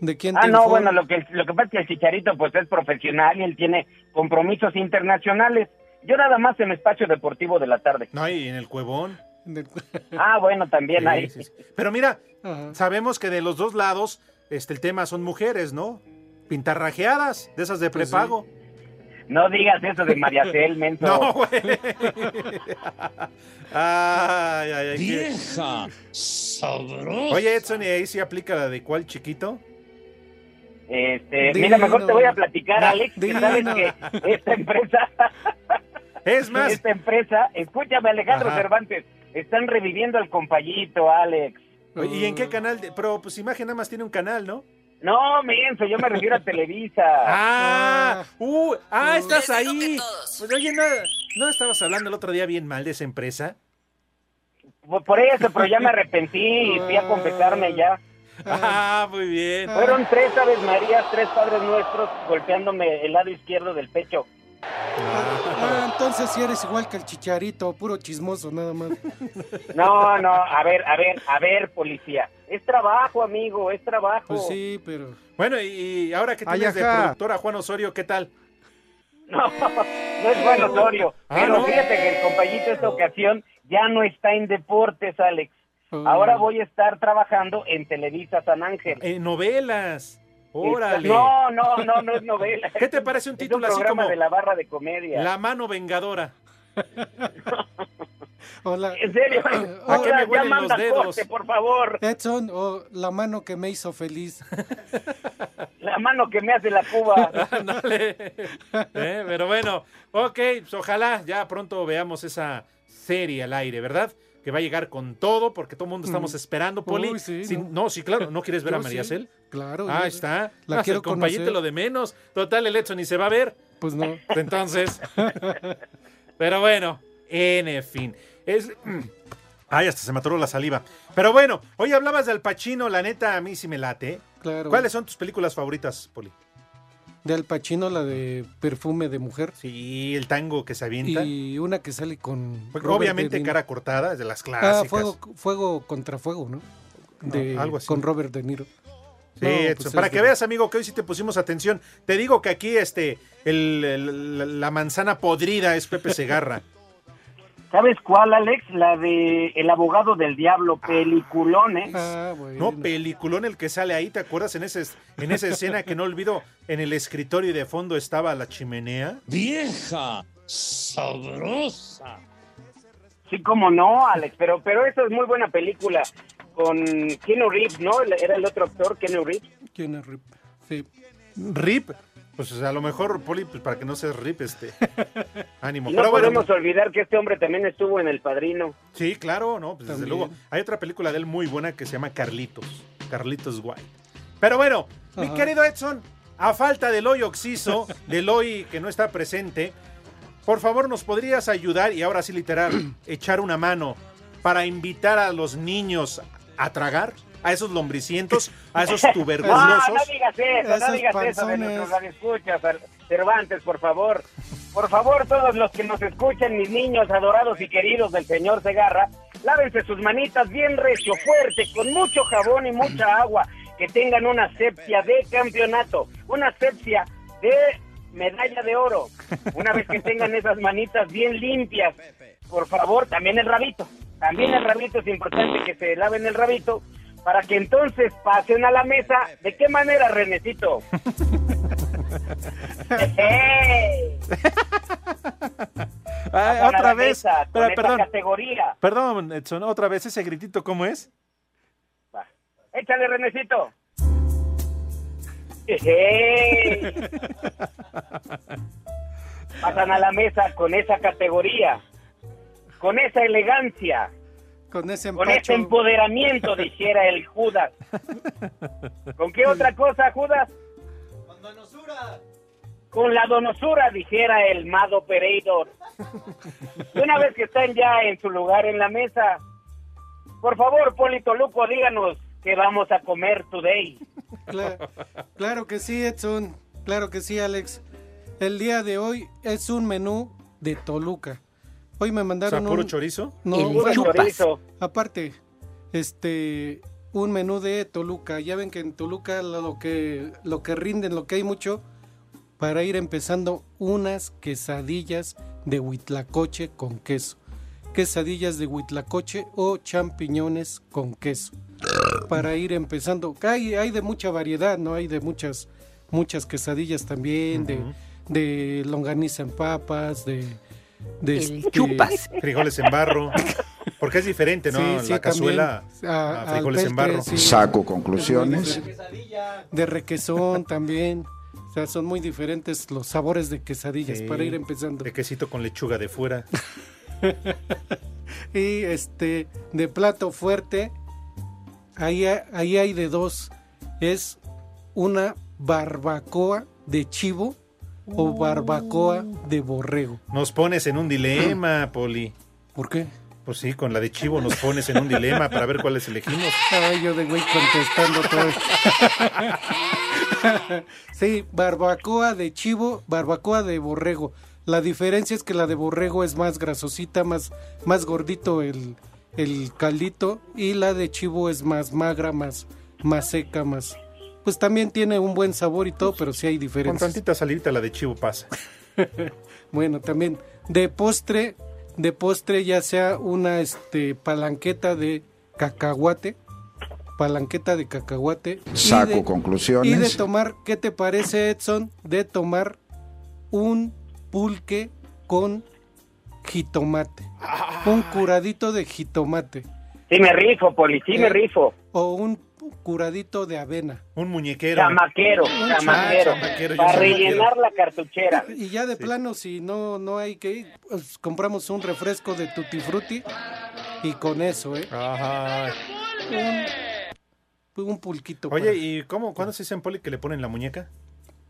¿De quién
Ah,
te
no,
informo?
bueno,
*laughs*
lo que, lo que pasa es que el Chicharito pues es profesional y él tiene compromisos internacionales. Yo nada más en espacio deportivo de la tarde.
No, y en el cuevón.
*laughs*
Ah, bueno, también
Sí,
hay.
sí, sí. Pero mira, sabemos que de los dos lados, este, el tema son mujeres, ¿no? Pintarrajeadas, de esas de
Pues sí.
prepago.
No digas eso de María
*laughs*
Cel, menso.
No, güey. *laughs* Ay, ay, ay. qué-
Vieja sabrosa.
Oye, Edson, ¿y ahí sí aplica la de cuál chiquito?
Este, mira, mejor te voy a platicar, Alex, que sabes que esta empresa...
Es más...
Esta empresa, escúchame, Alejandro
Ajá.
Cervantes, están reviviendo al compayito, Alex.
Oye, ¿y en qué canal? de- Pero pues imagen nada más tiene un canal, ¿no?
No, menso, yo me refiero a Televisa.
*laughs* Ah, uh, ah, estás
Les digo
ahí. Pues, oye, no, no estabas hablando el otro día bien mal de esa empresa.
Por por eso, pero ya me arrepentí y fui a confesarme ya.
Ah, muy bien.
Fueron tres aves marías, tres padres nuestros golpeándome el lado izquierdo del pecho.
Ah, entonces sí eres igual que el chicharito, puro chismoso nada más.
No, no, a ver, a ver, a ver, policía. Es trabajo, amigo, es trabajo.
Pues sí, pero...
Bueno, y ahora que
Ay,
tienes de
ajá.
productora Juan Osorio, ¿qué tal?
No, no es Juan Osorio.
Ah,
pero
¿no?
fíjate que el compañito esta ocasión ya no está en deportes, Alex.
oh,
Mm.
Ahora voy a estar trabajando en Televisa San Ángel.
En Eh, novelas. Órale.
No, no, no, no es novela.
¿Qué te parece un
Es
título así
programa
como
de la barra de comedia.
La mano vengadora?
Hola.
En serio. *laughs*
¿A qué me huelen los dedos?
por favor.
Edson, o la mano que me hizo feliz.
La mano que me hace la Cuba.
*laughs* Ándale. Eh, Pero bueno, ok, pues ojalá ya pronto veamos esa serie al aire, ¿verdad? Que va a llegar con todo, porque todo el mundo estamos
Mm.
esperando, Poli.
Uy, sí,
Sí,
no.
no. sí, claro, ¿no quieres ver
Yo
a María
sí,
Cel?
Claro.
Ah,
yo-
está.
La
Ah,
quiero
el compañero
conocer.
lo de menos. Total, el hecho ni se va a ver.
Pues no.
Entonces. Pero bueno, en fin. Es. Ay, hasta se me atoró la saliva. Pero bueno, hoy hablabas de Al Pacino, la neta, a mí sí me late.
Claro.
¿Cuáles son tus películas favoritas, Poli?
De Al Pacino, la de perfume de mujer.
Sí, el tango que se avienta.
Y una que sale con...
Pues,
Robert De
obviamente,
Niro.
cara cortada, es de las clásicas.
Ah, fuego, fuego contra fuego, ¿no? De-
Ah, algo así.
Con Robert De Niro.
Sí,
No,
Edson,
pues
para
es
que
de-
veas, amigo, que hoy sí te pusimos atención. Te digo que aquí este, el- el- la, la manzana podrida es Pepe
*laughs*
Segarra.
¿Sabes cuál, Alex? La de El abogado del diablo, peliculón, ¿eh?
Ah.
Ah,
No, peliculón el que sale ahí, ¿te acuerdas? En, ese, en esa escena que no olvido, en el escritorio y de fondo estaba la chimenea.
Vieja sabrosa.
Sí, como no, Alex, pero, pero esa es muy buena película. Con Keanu Reeves, ¿no? El- Era el otro actor, Keanu Reeves.
¿Quién es Rip? Sí.
Rip, pues o sea, a lo mejor, Poli, pues, para que no seas Rip, este. Ánimo.
Y no
Pero bueno,
podemos olvidar que este hombre también estuvo en El Padrino.
sí, claro, ¿no? Pues, desde
También.
luego. Hay otra película de él muy buena que se llama Carlitos. Carlitos White. Pero bueno, mi
Ajá.
querido Edson, a falta del hoy
*laughs*
oxiso, del hoy que no está presente, por favor, ¿nos podrías ayudar y ahora sí
*clears throat*
literal, echar una mano para invitar a los niños a tragar? A esos lombricientos, a esos
*laughs* Ah, No, no
tuberculosos.
digas eso, no
Esos
digas eso de
panzones.
nuestros radioescuchas, Al- Cervantes, por favor. Por favor, todos los que nos escuchan, mis niños adorados y queridos del señor Segarra, lávense sus manitas bien recio, fuerte, con mucho jabón y mucha agua. Que tengan una sepsia de campeonato, una sepsia de medalla de oro. Una vez que tengan esas manitas bien limpias, por favor, también el rabito. También el rabito es importante que se laven el rabito para que entonces pasen a la mesa. ¿De qué
*laughs*
manera, Renecito? ¡Hey!
Ay,
Pasan a
Ah, otra
la
vez.
mesa con
Espera,
esa
perdón.
categoría.
Perdón, Edson, otra vez ese gritito, ¿cómo es? *laughs*
Échale, Renecito. ¡Hey! Pasan a la mesa con esa categoría, con esa elegancia,
Con ese
con
empacho.
ese empoderamiento, dijera el Judas. ¿Con qué otra cosa, Judas? Con la donosura, dijera el Mado Pereidor. Y una vez que están ya en su lugar en la mesa, por favor, Polito Luco, díganos qué vamos a comer today.
Cla- claro que sí, Edson. Claro que sí, Alex. El día de hoy es un menú de Toluca. Hoy me mandaron
O sea, ¿puro
un-
chorizo?
No,
El Puro chupas. chorizo.
Aparte, este un menú de Toluca. Ya ven que en Toluca lo que lo que rinden, lo que hay mucho para ir empezando unas quesadillas de huitlacoche con queso. Quesadillas de huitlacoche o champiñones con queso. Para ir empezando. Hay, hay de mucha variedad, ¿no? Hay de muchas, muchas quesadillas también, de, de longaniza en papas, de... de este-
Frijoles en barro. Porque es diferente, ¿no?
Sí, sí,
la cazuela
también. A-
a frijoles
al
en barro.
peltre, sí.
Saco conclusiones.
De requesón también. O sea, son muy diferentes los sabores de quesadillas
Sí.
para ir empezando.
De quesito con lechuga de fuera.
Y este, de plato fuerte, ahí, ha- ahí hay de dos. Es una barbacoa de chivo o barbacoa de borrego.
Nos pones en un dilema, Poli.
¿Por qué?
Pues sí, con la de chivo nos pones en un dilema para ver cuáles elegimos.
Ay, yo de güey contestando todo. *laughs* sí, barbacoa de chivo, barbacoa de borrego. La diferencia es que la de borrego es más grasosita, más, más gordito el, el caldito y la de chivo es más magra, más, más seca, más... Pues también tiene un buen sabor y todo, pero sí hay
Con
diferencias.
tantita salivita la de chivo pasa.
Bueno, también de postre, de postre ya sea una este palanqueta de cacahuate, palanqueta de cacahuate. y
Saco
de-
conclusiones.
Y de tomar, ¿qué te parece Edson? De tomar un pulque con jitomate, un curadito de jitomate.
Sí me rifo, Poli, sí me
Eh,
rifo.
O un curadito de avena.
Un muñequero.
Chamaquero,
Un
chamaquero.
chamaquero, yo
Para
soy
rellenar
chamaquero.
la cartuchera.
Y ya de plano, si no, no hay que ir, pues, compramos un refresco de Tutti Frutti y con eso, ¿eh? Un, un pulquito.
Oye,
para-
¿y cómo? ¿Cuándo se dice en Poli que le ponen la muñeca?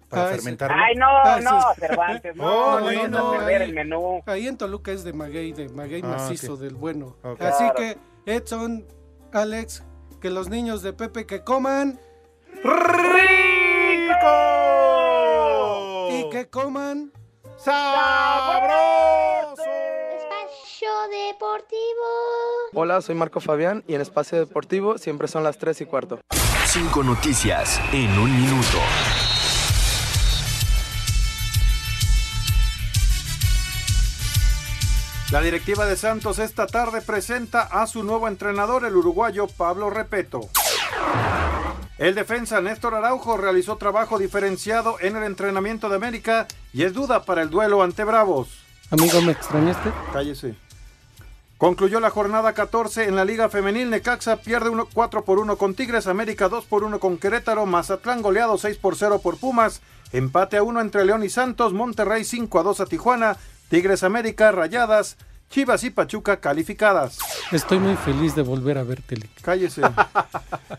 Para
Ah, sí.
fermentarla.
Ay, no,
Ah,
no,
sí.
Cervantes, no,
Oh,
no,
no,
no,
no,
perder
ahí-
el menú.
Ahí en Toluca es de maguey, de maguey
Ah,
macizo,
ok.
del bueno.
Ok.
Así
Claro.
que, Edson, Alex, que los niños de Pepe que coman
¡Rico!
Oh.
y que coman...
¡Sabroso!
Espacio Deportivo.
Hola, soy Marco Fabián y en Espacio Deportivo siempre son las 3 y cuarto.
Cinco noticias en un minuto.
La directiva de Santos esta tarde presenta a su nuevo entrenador, el uruguayo Pablo Repeto. El defensa Néstor Araujo realizó trabajo diferenciado en el entrenamiento de América y es duda para el duelo ante Bravos.
Amigo, ¿me extrañaste?
Cállese. Concluyó la jornada 14 en la Liga Femenil. Necaxa pierde uno- 4 por 1 con Tigres, América 2 por 1 con Querétaro, Mazatlán goleado 6 por 0 por Pumas, empate a 1 entre León y Santos, Monterrey 5 a 2 a Tijuana, Tigres América, Rayadas, Chivas y Pachuca calificadas.
Estoy muy feliz de volver a verte, Lick.
Cállese.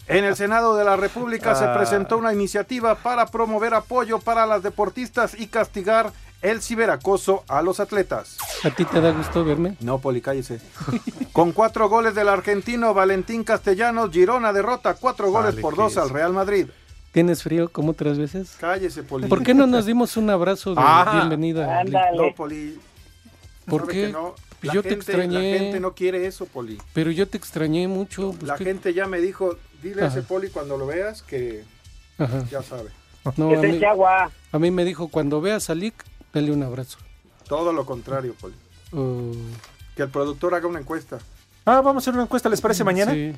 En el Senado de la República se presentó una iniciativa para promover apoyo para las deportistas y castigar el ciberacoso a los atletas.
¿A ti te da gusto verme?
No, Poli, cállese. Con cuatro goles del argentino Valentín Castellanos, Girona derrota cuatro goles
Vale,
por
¿qué
dos
es?
al Real Madrid.
¿Tienes frío como otras veces?
Cállese, Poli.
¿Por qué no nos dimos un abrazo de
Ajá.
bienvenida? Lin?
No, Poli.
¿Por
Ah. Sabe
qué?
que
Pues
no. La
Yo te
gente-
extrañé.
La gente no quiere eso, Poli.
Pero yo te extrañé mucho. pues,
la
¿qué?
gente ya me dijo, dile a ese
Ajá.
Poli cuando lo veas que
Ajá.
ya sabe.
No,
Que
a
te
mí,
eche agua.
a mí me dijo, cuando veas a Lick, dale un abrazo.
Todo lo contrario, Poli.
Oh,
Que el productor haga una encuesta.
Ah, vamos a hacer una encuesta, ¿les parece mañana?
sí.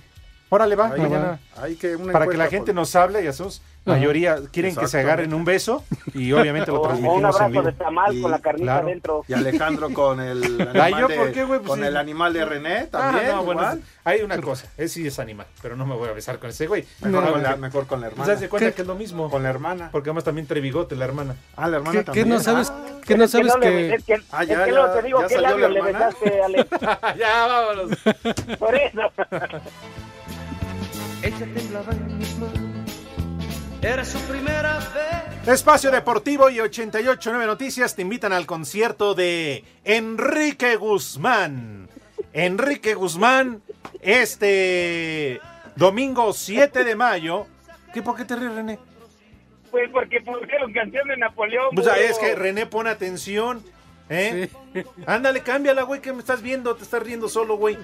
Órale, va,
Ahí
mañana.
va. Hay que una
Para que
encuesta,
la gente
Poli.
nos hable y a sus mayoría quieren que se
Exactamente.
agarren un beso y obviamente
O-
lo
o un
transmitimos en
abrazo
vivo.
de tamal con la carnita
adentro.
Y
*laughs*
Alejandro con el animal,
Ay, yo,
de,
¿por qué, güey? Pues
con
sí.
el animal de René también.
Ah, no, bueno,
igual.
es- hay una cosa, él sí es animal, pero no me voy a besar con ese güey.
Mejor
No.
con la- mejor con la hermana.
¿Te das cuenta
¿Qué?
que es lo mismo?
Con la hermana.
Porque además también trae bigote la hermana.
Ah, la hermana
¿Qué- qué
también.
no sabes-
Ah.
qué no Es que no sabes le- que-
Es que,
Ah,
es
ya,
que
ya,
luego te digo,
ya
¿qué
salió la
labio le
hermana.
besaste,
*laughs*
Ale?
*laughs* ya, vámonos.
Por eso. *laughs*
Ella temblaba en mis manos. Era su primera vez.
Espacio Deportivo y 889 Noticias te invitan al concierto de Enrique Guzmán. Enrique Guzmán, este domingo 7 de mayo. ¿Qué por qué te ríes, René?
Pues porque pusieron canción de Napoleón.
O sea,
güey.
Pues, es que René pone atención. ¿eh? Ándale, cámbiala, güey, que me estás viendo, te estás riendo solo, güey.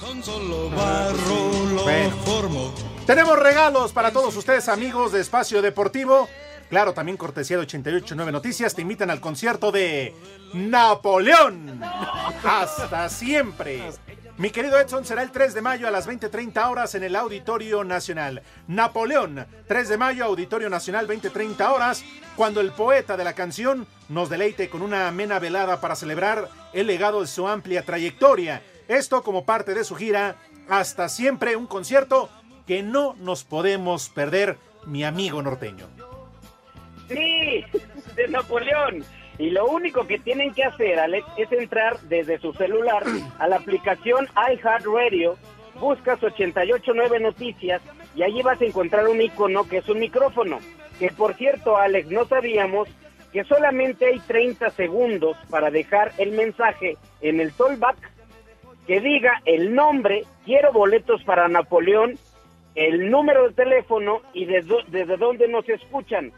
Con solo barro lo
Bueno.
formó.
Tenemos regalos para todos ustedes, amigos de Espacio Deportivo. Claro, también cortesía de 889 Noticias. Te invitan al concierto de Napoleón. Hasta siempre. Mi querido Edson, será el 3 de mayo a las 20.30 horas en el Auditorio Nacional. Napoleón, 3 de mayo, Auditorio Nacional, 20.30 horas, cuando el poeta de la canción nos deleite con una amena velada para celebrar el legado de su amplia trayectoria. Esto como parte de su gira Hasta siempre, un concierto que no nos podemos perder, mi amigo norteño.
Sí, de Napoleón. Y lo único que tienen que hacer, Alex, es entrar desde su celular a la aplicación iHeartRadio, buscas 889 Noticias y allí vas a encontrar un icono que es un micrófono. Que por cierto, Alex, no sabíamos que solamente hay 30 segundos para dejar el mensaje en el tollback que diga el nombre, quiero boletos para Napoleón, el número de teléfono y desde, desde dónde nos escuchan.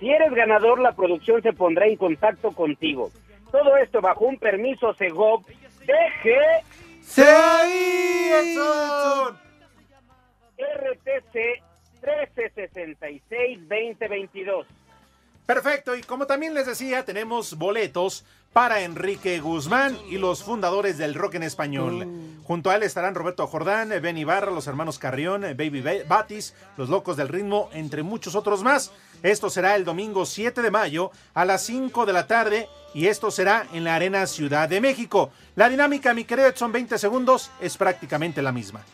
Si eres ganador, la producción se pondrá en contacto contigo. Todo esto bajo un permiso Segov DG
¡Sí, Edson!
RTC 1366-2022.
Perfecto, y como también les decía, tenemos boletos para Enrique Guzmán y los fundadores del rock en español. Junto a él estarán Roberto Jordán, eh, Benny Barra, los hermanos Carrión, eh, Baby Ba- Batis, los Locos del Ritmo, entre muchos otros más. Esto será el domingo 7 de mayo a las 5 de la tarde y esto será en la Arena Ciudad de México. La dinámica, mi querido son 20 segundos, es prácticamente la misma.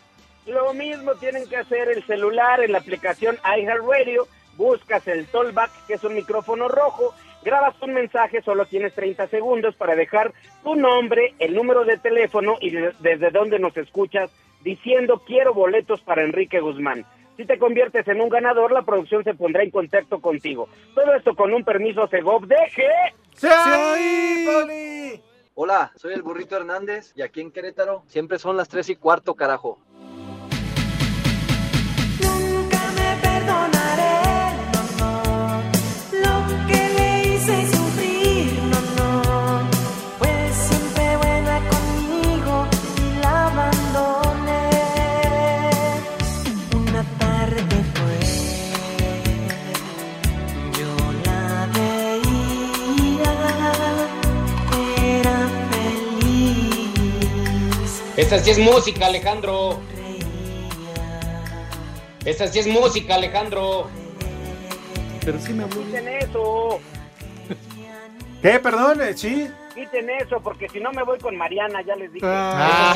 Lo mismo tienen que hacer el celular en la aplicación iHeartRadio. Buscas el tollback, que es un micrófono rojo. Grabas un mensaje, solo tienes 30 segundos para dejar tu nombre, el número de teléfono y de- desde dónde nos escuchas, diciendo quiero boletos para Enrique Guzmán. Si te conviertes en un ganador, la producción se pondrá en contacto contigo. Todo esto con un permiso Segov deje.
Hola, soy el burrito Hernández y aquí en Querétaro siempre son las 3 y cuarto, carajo. Lo que le hice sufrir, no, no. Fue siempre buena conmigo y la abandoné. Una tarde fue, yo la veía, era feliz.
Esta sí es música, Alejandro. Esta sí es música, Alejandro.
Pero sí me habló.
Quiten eso,
¿Qué? Perdón, eh, sí.
quiten eso, porque si no me voy con Mariana, ya les dije.
Ah,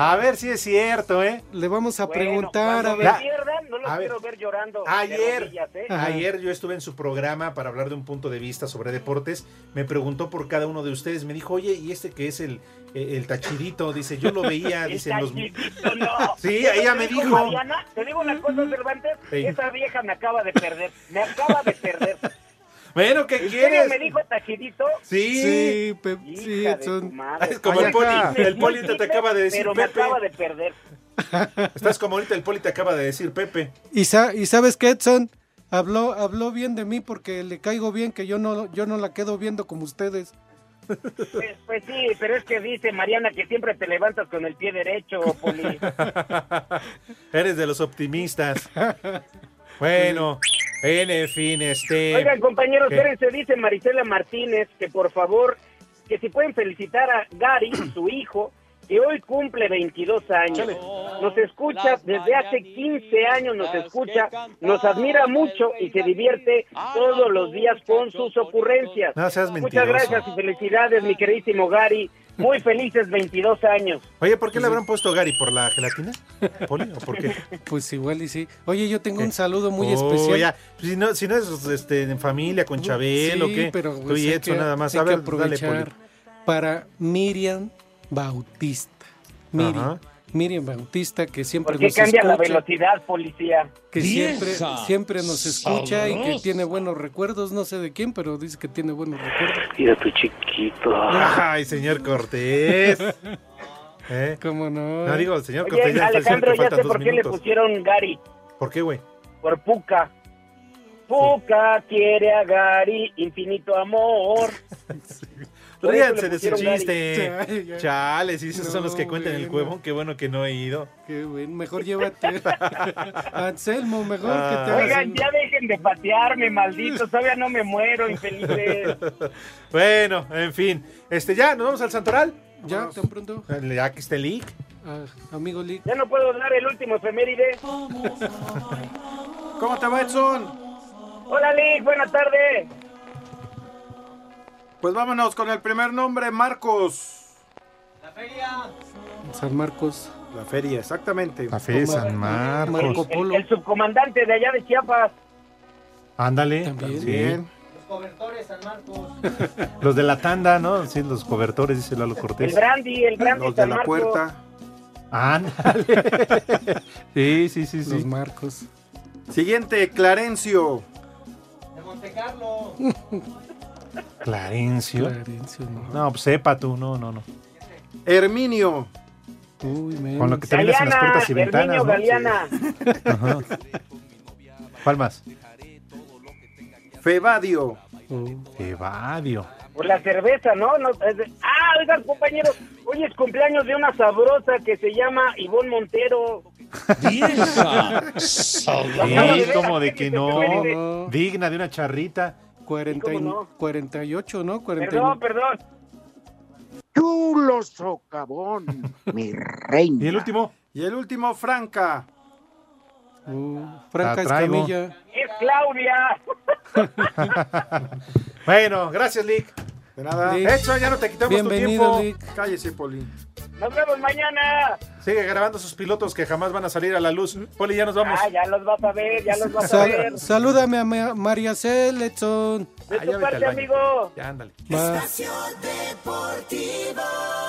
Ah. A ver si es cierto, ¿eh?
Le vamos a
preguntar,
a ver. Ah,
La-
Pierdan, no los
A ver.
quiero ver llorando. de
Ayer,
rodillas, ¿eh?
Ajá. ayer yo estuve en su programa para hablar de un punto de vista sobre deportes. Me preguntó por cada uno de ustedes. Me dijo, oye, ¿y este que es el, el, el tachidito? Dice, yo lo veía.
*laughs* El
dice, en los...
tachidito, no.
*laughs* Sí,
Eso
ella
te
me
dijo
dijo.
Mariana, te digo una cosa, Cervantes.
Sí.
Esa vieja me acaba de perder. Me acaba
*laughs*
de perder.
Bueno, ¿qué
¿En serio
quieres?
me dijo Tajidito?
Sí.
Sí, pe- sí,
Hija de
son-
tu madre.
Es como el
Ay, ajá.
poli- el poli te- te acaba de decir,
Pero me
Pepe.
acaba de perder.
Estás como ahorita el poli te acaba de decir, Pepe. *laughs*
¿Y, sa- y sabes que Edson habló, habló bien de mí porque le caigo bien, que yo no, yo no la quedo viendo como ustedes.
Pues, pues sí, pero es que dice Mariana que siempre te levantas con el pie derecho,
*laughs*
Poli.
Eres de los
*laughs*
optimistas. Bueno, en fin, este.
Oigan, compañeros,
¿qué?
espérense, dice Marisela Martínez que por favor, que si pueden felicitar a
*clears throat*
Gary, su hijo, que hoy cumple 22 años. Nos escucha desde hace 15 años, nos escucha, nos admira mucho y se divierte todos los días con sus ocurrencias.
No seas
Muchas
mentiroso.
gracias y felicidades, mi queridísimo Gary.
*laughs*
Muy felices 22 años.
Oye, ¿por qué le habrán puesto Gary? ¿Por la gelatina? ¿Poli? ¿O por qué?
Pues igual y sí. Oye, yo tengo un
Eh.
saludo *laughs* muy
Oh,
especial.
ya. Si no, si no es este, en familia, con Chabel
Sí,
o qué.
pero, pues,
Tú y
hay
Edson
que-
nada más.
hay
A
que
ver, dale, Poli.
aprovechar para Miriam Bautista. Miriam,
Ajá.
Miriam Bautista que siempre
¿Por qué
nos
Pues
cambia la
escucha,
velocidad, policía?
que siempre siempre nos escucha y que
Sabrosa.
tiene buenos recuerdos, no sé de quién, pero dice que tiene buenos recuerdos.
Mira tu chiquito. Ay, señor
*laughs*
Cortés. ¿Eh?
¿Cómo no?
No digo, señor
Oye,
Cortés, ya está diciendo
Alejandro,
que
ya
faltan
sé
dos
por qué le
minutos.
pusieron Gary,
¿Por qué, güey?
por Puca. Puca quiere a Gary, infinito amor. Por eso
Ríanse
le
de ese
pusieron Gary.
*laughs*
chiste. Chales, y esos son los que
No,
cuentan el
bueno.
cuevón. Qué bueno que no he ido. *laughs*
Qué bueno, mejor
*laughs*
llévate. Anselmo, mejor
Ah.
que te hagas
Oigan, ya dejen de patearme, malditos. Todavía no me muero, infelices.
Bueno, en fin. Este, ya, nos vamos al Santoral.
Ya, tan pronto.
Ya aquí está el leak.
Ah, amigo Lick.
Ya no puedo dar el último efeméride.
¿Cómo te va, Edson?
Hola, Lick, buena tarde.
Pues vámonos con el primer nombre, Marcos.
San Marcos.
La feria, exactamente.
La Feria de San Marcos. Marco
El, el subcomandante de allá de Chiapas.
Ándale.
También.
Los de la tanda, ¿no? Sí, los cobertores, dice Lalo
El
Cortés.
Brandy, el Brandy. San Marcos.
Ándale.
*laughs*
Sí, sí, sí, sí.
Los Marcos.
Siguiente, Clarencio.
Clarencio.
Clarencio, no.
No, pues sepa tú, no, no, no.
Herminio.
Uy, men.
Con lo que terminas en las
Galeana,
puertas y ventanas.
Herminio
¿no?
Galeana.
Ajá. ¿Cuál más?
Febadio.
Oh. Febadio.
Por la cerveza, ¿no? No, es de- Ah, oigan, compañeros, hoy es cumpleaños de una sabrosa que se llama Ivonne Montero.
¡Vieja!
Acabo de
*laughs* Sí,
ver,
como de
aquí
que
dice Efeméride.
no. Digna de una charrita.
40 y-
¿Cómo no?
48, ¿no? 40 y-
Perdón, perdón.
Chulo socavón, mi reina.
¿Y el último?
Y el último, Franca.
Uh, Franca
La traigo.
Escamilla.
*laughs* Es Claudia.
Bueno, gracias, Lick.
De nada.
Lick.
Edson, ya no te quitamos
Bienvenido,
tu tiempo.
Lick.
Cállese, Poli.
Nos vemos mañana.
Sigue grabando sus pilotos que jamás van a salir a la luz. Poli, ya nos vamos.
Ah, ya los vas a ver, ya los vas a
Sal-
ver.
salúdame a Ma- María Cel, Edson.
De
Ah, ya
tu
vete al
parte,
baño.
amigo.
Ya, ándale.
Va.
Estación Deportiva.